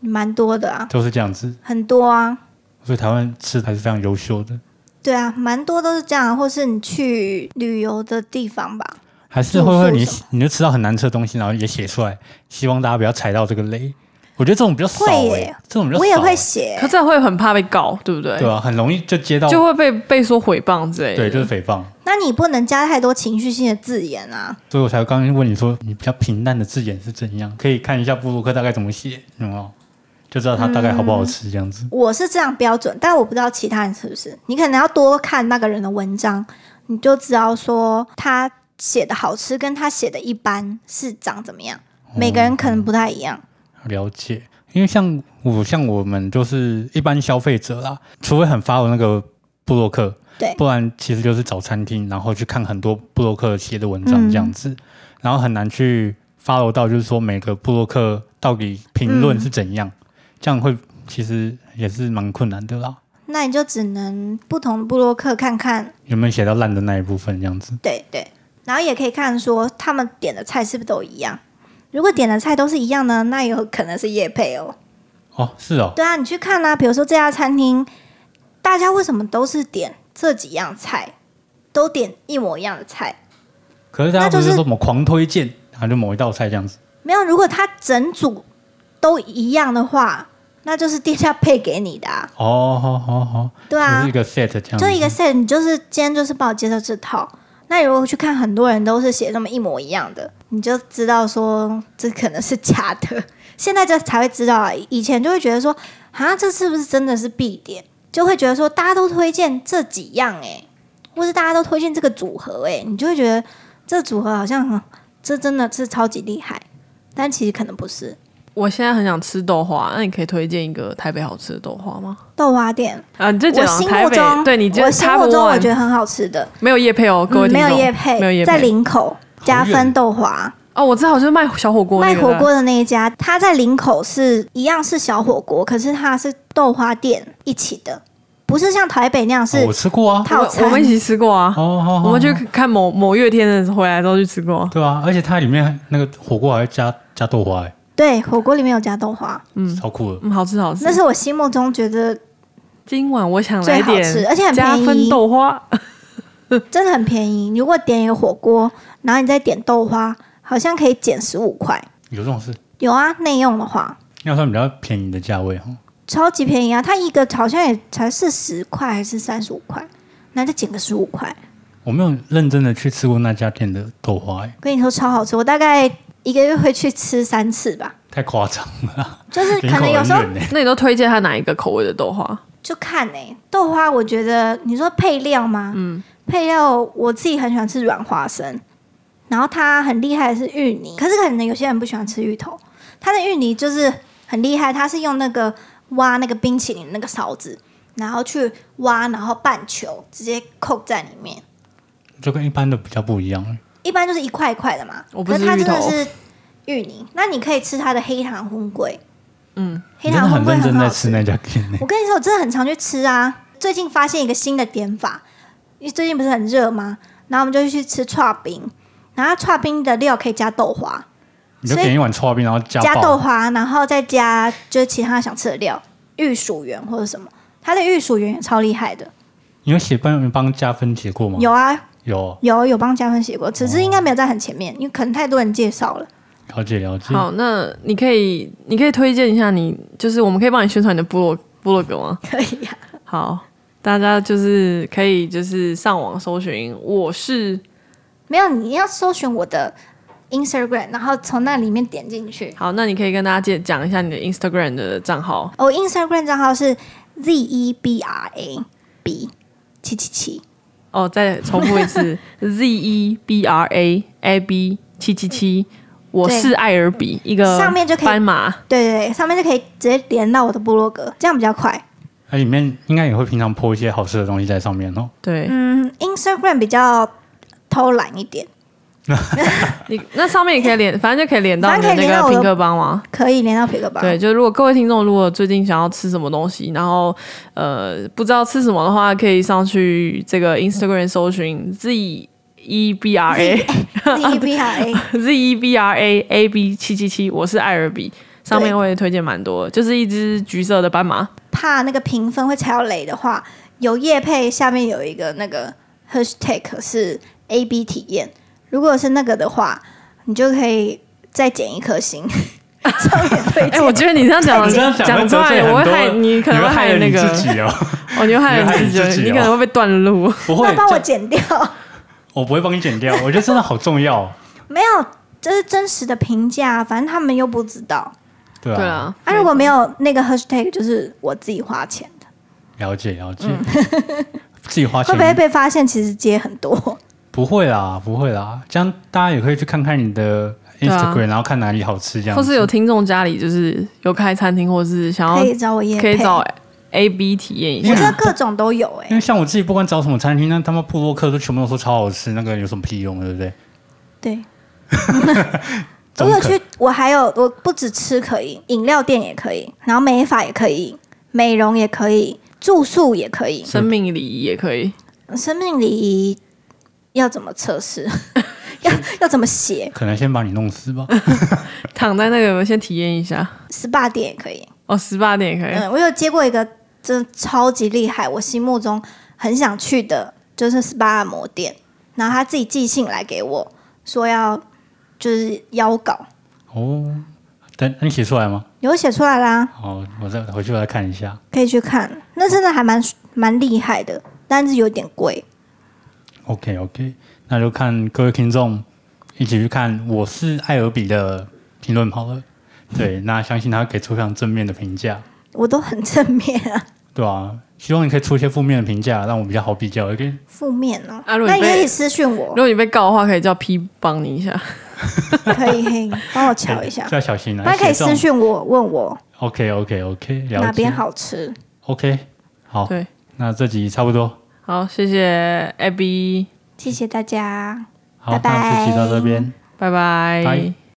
Speaker 3: 蛮多的啊，
Speaker 2: 都是这样子。
Speaker 3: 很多啊，
Speaker 2: 所以台湾吃还是非常优秀的，
Speaker 3: 对啊，蛮多都是这样啊，或是你去旅游的地方吧，
Speaker 2: 还是会不会你
Speaker 3: 住宿什
Speaker 2: 你就吃到很难吃的东西，然后也写出来，希望大家不要踩到这个雷。我觉得这种比较少、
Speaker 3: 会
Speaker 2: 欸，
Speaker 3: 耶
Speaker 2: 这种比较少、
Speaker 3: 我也会
Speaker 2: 欸
Speaker 3: 写
Speaker 1: 可，这会很怕被告，对不对？
Speaker 2: 对啊，很容易就接到，
Speaker 1: 就会被被说诽谤之类的。
Speaker 2: 对，就是诽谤。
Speaker 3: 那你不能加太多情绪性的字眼啊。
Speaker 2: 所以我才刚刚问你说，你比较平淡的字眼是怎样？可以看一下布鲁克大概怎么写，有没有？就知道它大概好不好吃这样子。
Speaker 3: 我是这样标准，但我不知道其他人是不是。你可能要多看那个人的文章，你就知道说他写的好吃跟他写的一般是长怎么样。
Speaker 2: 哦
Speaker 3: 每个人可能不太一样。
Speaker 2: 了解，因为像我像我们就是一般消费者啦，除非很发我那个布洛克，
Speaker 3: 对
Speaker 2: 不然其实就是找餐厅，然后去看很多布洛克写的文章
Speaker 3: 嗯
Speaker 2: 这样子，然后很难去 follow 到，就是说每个布洛克到底评论是怎样，
Speaker 3: 嗯
Speaker 2: 这样会其实也是蛮困难的啦。
Speaker 3: 那你就只能不同部落客看看，
Speaker 2: 有没有写到烂的那一部分这样子？
Speaker 3: 对对，然后也可以看说他们点的菜是不是都一样。如果点的菜都是一样呢，那有可能是叶配哦。
Speaker 2: 哦，是哦，
Speaker 3: 对啊，你去看啊，比如说这家餐厅，大家为什么都是点这几样菜，都点一模一样的菜？
Speaker 2: 可是大家
Speaker 3: 那
Speaker 2: 不
Speaker 3: 就是
Speaker 2: 是说什么狂推荐，然后就某一道菜这样子，
Speaker 3: 没有，如果它整组都一样的话，那就是店家配给你的、啊，
Speaker 2: 哦，好好好，
Speaker 3: 对
Speaker 2: 就是
Speaker 3: 啊
Speaker 2: 一，个 set 这
Speaker 1: 嗯
Speaker 2: 样子，
Speaker 3: 就一个 set，你就是今天就是帮我介绍这套。那如果去看很多人都是写那么一模一样的，你就知道说这可能是假的。现在这才会知道啊，以前就会觉得说啊，这是不是真的是必点？就会觉得说大家都推荐这几样哎、或是大家都推荐这个组合哎、你就会觉嗯得这组合好像很这真的是超级厉害，但其实可能不是。
Speaker 1: 我现在很想吃豆花，那你可以推荐一个台北好吃的豆花吗？
Speaker 3: 豆花店，
Speaker 1: 啊，你就
Speaker 3: 我
Speaker 1: 讲
Speaker 3: 心
Speaker 1: 台
Speaker 3: 目
Speaker 1: 北，
Speaker 3: 中，
Speaker 1: 对你觉
Speaker 3: 我
Speaker 1: 得
Speaker 3: 心
Speaker 1: top
Speaker 3: 目中我觉
Speaker 1: one
Speaker 3: 得很好吃的，
Speaker 1: 没有叶配哦，各位
Speaker 3: 嗯
Speaker 1: 听
Speaker 3: 没
Speaker 1: 众、
Speaker 3: 有叶配，
Speaker 1: 没有叶
Speaker 3: 在
Speaker 1: 配
Speaker 3: 林口加
Speaker 2: 好远
Speaker 3: 分豆花
Speaker 1: 哦，我知道，就是卖小火锅那
Speaker 3: 卖
Speaker 1: 个
Speaker 3: 火锅的那一家，它在林口是一样是小火锅，可是它是豆花店一起的，不是像台北那样
Speaker 2: 哦
Speaker 3: 是
Speaker 2: 我吃过啊，
Speaker 1: 我
Speaker 3: 套
Speaker 1: 们我
Speaker 3: 餐
Speaker 1: 们一。起吃过啊，
Speaker 2: 哦，好好
Speaker 1: 我们去
Speaker 2: 好
Speaker 1: 看某某月天的时候回来之后去吃过。
Speaker 2: 对啊，而且它里面那个火锅还会加加豆花、欸，
Speaker 3: 对，火锅里面有加豆花，
Speaker 2: 超酷的。
Speaker 1: 嗯，好吃好吃
Speaker 3: 那。是我心目中觉得
Speaker 1: 今晚我想
Speaker 3: 最
Speaker 1: 来
Speaker 3: 好吃，
Speaker 1: 点
Speaker 3: 而且很
Speaker 1: 加
Speaker 3: 便
Speaker 1: 分
Speaker 3: 宜，
Speaker 1: 豆花，
Speaker 3: 真的很便宜。你如果点一个火锅，然后你再点豆花，好像可以减十五块。
Speaker 2: 有这种事，
Speaker 3: 有啊，内用的话
Speaker 2: 要算比较便宜的价位哦哈。
Speaker 3: 超级便宜啊，它一个好像也才四十块还是三十五块，那再减个十五块。
Speaker 2: 我没有认真的去吃过那家店的豆花、欸，
Speaker 3: 跟你说超好吃，我大概一个月会去吃三次吧，
Speaker 2: 太夸张了，
Speaker 3: 就是
Speaker 2: 林
Speaker 3: 可
Speaker 2: 口
Speaker 3: 能有
Speaker 2: 很
Speaker 3: 时候
Speaker 2: 远呢、欸
Speaker 1: 那你都推荐他哪一个口味的豆花？
Speaker 3: 就看哎、豆花我觉得你说配料吗？嗯，配料我自己很喜欢吃软花生，然后它很厉害的是芋泥，可是可能有些人不喜欢吃芋头，它的芋泥就是很厉害，它是用那个挖那个冰淇淋的那个勺子，然后去挖，然后半球直接扣在里面，
Speaker 2: 就跟一般的比较不一样、欸。
Speaker 3: 一般就是一块一块的嘛，
Speaker 1: 我不
Speaker 3: 可是
Speaker 1: 吃
Speaker 3: 它
Speaker 1: 芋
Speaker 3: 真的
Speaker 1: 头
Speaker 3: 是芋泥，那你可以吃它的黑糖烘龟，
Speaker 1: 嗯，
Speaker 3: 黑
Speaker 2: 你真
Speaker 3: 糖
Speaker 2: 的
Speaker 3: 烘
Speaker 2: 很
Speaker 3: 龟
Speaker 2: 认真
Speaker 3: 好
Speaker 2: 在
Speaker 3: 吃
Speaker 2: 吃。那家店、欸，
Speaker 3: 我跟你说，我真的很常去吃啊。最近发现一个新的点法，因为最近不是很热吗？然后我们就去吃串冰，然后串冰的料可以加豆花，
Speaker 2: 你就
Speaker 3: 所以
Speaker 2: 点一碗刨冰，然后加
Speaker 3: 加
Speaker 2: 爆
Speaker 3: 豆花，然后再加就是其他想吃的料，玉薯圆或者什么。它的玉薯圆也超厉害的，
Speaker 2: 你有写帮帮加分写过吗？
Speaker 3: 有啊，
Speaker 2: 有，
Speaker 3: 有有帮加分写过，只是应该没有在很前面，因为可能太多人介绍了。
Speaker 2: 了解了解。
Speaker 1: 好，那你可以你可以推荐一下你，就是我们可以帮你宣传你的部落部落格吗？
Speaker 3: 可以啊，
Speaker 1: 好，大家就是可以就是上网搜寻我是
Speaker 3: 没有你要搜寻我的 Instagram，然后从那里面点进去。
Speaker 1: 好，那你可以跟大家介讲一下你的 Instagram 的账号。
Speaker 3: 我哦 Instagram 账号是 Z E B R A B 七七七，
Speaker 1: 哦，再重复一 次 Z E B R A A B 七七七，我是艾尔比，一个
Speaker 3: 上面就可以
Speaker 1: 斑马。
Speaker 3: 对对对，上面就可以直接连到我的部落格，这样比较快。
Speaker 2: 它里面应该也会平常泼一些好吃的东西在上面哦。
Speaker 1: 对、
Speaker 3: 嗯，Instagram 比较偷懒一点，
Speaker 1: 你，那上面也可以连，反正就可以连到
Speaker 3: 反
Speaker 1: 你
Speaker 3: 正可以
Speaker 1: 那
Speaker 3: 连到
Speaker 1: 个
Speaker 3: 我的
Speaker 1: 平克帮吗？
Speaker 3: 可以连到皮克吧？
Speaker 1: 对，， 就如果各位听众如果最近想要吃什么东西，然后呃不知道吃什么的话，可以上去这个 Instagram 搜寻 Z E B R A
Speaker 3: Z E B R A，
Speaker 1: Z E B R A A B 七七七，我是艾尔比，上面会推荐蛮多，就是一只橘色的斑马。
Speaker 3: 怕那个评分会踩到雷的话，有叶配下面有一个那个 hashtag 是 A B 体验，如果是那个的话，你就可以再减一颗星，上面推
Speaker 1: 哎、
Speaker 3: 荐。
Speaker 1: 我觉得你这样讲
Speaker 2: 你这样
Speaker 1: 讲
Speaker 2: 会
Speaker 1: 出
Speaker 2: 得罪
Speaker 1: 来，我会
Speaker 2: 很多
Speaker 1: 害你，可能
Speaker 2: 你
Speaker 1: 会
Speaker 2: 会害
Speaker 1: 害
Speaker 2: 了
Speaker 1: 那
Speaker 2: 你
Speaker 1: 个，
Speaker 2: 自 己哦。
Speaker 1: 哦，你会害
Speaker 2: 你会害
Speaker 1: 你
Speaker 2: 你自己
Speaker 1: 己，你
Speaker 2: 哦
Speaker 1: 可能会被断路。
Speaker 2: 不会
Speaker 3: 那，帮我
Speaker 2: 这
Speaker 3: 剪掉。
Speaker 2: 我不会帮你剪掉。我觉得真的好重要，哦
Speaker 3: 没有，这是真实的评价，反正他们又不知道。
Speaker 2: 对
Speaker 1: 对
Speaker 2: 啊，
Speaker 1: 啊，
Speaker 3: 啊，如果没有那个 hashtag，就是我自己花钱的，
Speaker 2: 了解了解。
Speaker 1: 嗯
Speaker 2: 自己花
Speaker 3: 会不会
Speaker 2: 钱
Speaker 3: 被发现？其实接很多，
Speaker 2: 不会啦，不会啦。这样大家也可以去看看你的
Speaker 1: 对啊
Speaker 2: Instagram，然后看哪里好吃这样
Speaker 1: 或
Speaker 2: 子。
Speaker 1: 是有听众家里就是有开餐厅，或是想要
Speaker 3: 可以找我叶
Speaker 1: 哦可
Speaker 3: 配。
Speaker 1: 以找 A B 体验一
Speaker 3: 我
Speaker 1: 下
Speaker 2: 嗯
Speaker 3: 觉。得各种都有哎、
Speaker 2: 因为像我自己，不管找什么餐厅，那他们布洛克都全部都说超好吃，那个有什么屁用，对不对？
Speaker 3: 对，我
Speaker 2: 中
Speaker 3: 有
Speaker 2: 肯
Speaker 3: 去，我还有我不止吃可以，饮料店也可以，然后美发也可以，美容也可以，住宿也可以，
Speaker 1: 生命礼仪也可以，
Speaker 3: 生命礼仪要怎么测试？ 要 要怎么写
Speaker 2: 可能先把你弄 死吧。
Speaker 1: 躺在那个我先体验一下。
Speaker 3: ？SPA 店也可以。
Speaker 1: 哦，十八点
Speaker 2: 哎
Speaker 1: 也可以。
Speaker 3: 嗯，我有接过一个真的超级厉害，我心目中很想去的，就是 SPA 按摩店。然后他自己寄信来给我说要就是邀稿，
Speaker 2: 哦，等你写出来吗？
Speaker 3: 有写出来啦，
Speaker 2: 好，我再回去我再看一下。
Speaker 3: 可以去看。那真的还蛮蛮厉害的，但是有点贵。
Speaker 2: OK OK，那就看各位听众一起去看我是艾尔比的评论好了。对，那相信他给出非常正面的评价，
Speaker 3: 我都很正面啊，
Speaker 2: 对啊，希望你可以出一些负面的评价，让我比较好比较。OK，
Speaker 3: 负面哦、
Speaker 1: 啊如果
Speaker 3: 那
Speaker 1: 你
Speaker 3: 你可
Speaker 1: 被
Speaker 3: 以私讯
Speaker 1: 如
Speaker 3: 我，
Speaker 1: 果你被告的话，可以叫 P 帮你一下。
Speaker 3: 可以帮我瞧一下，
Speaker 2: 要小心啊。
Speaker 3: 大家可
Speaker 2: 写
Speaker 3: 以
Speaker 2: 这种
Speaker 3: 私讯我问我
Speaker 2: OK OK OK，
Speaker 3: 哪边好吃。
Speaker 2: ？OK，好，
Speaker 1: 对，
Speaker 2: 那这集差不多，
Speaker 1: 好，谢谢 Abby，
Speaker 3: 谢谢大家。
Speaker 2: 好，
Speaker 3: 拜拜
Speaker 2: 那这集到这边。
Speaker 1: 拜拜。
Speaker 2: 拜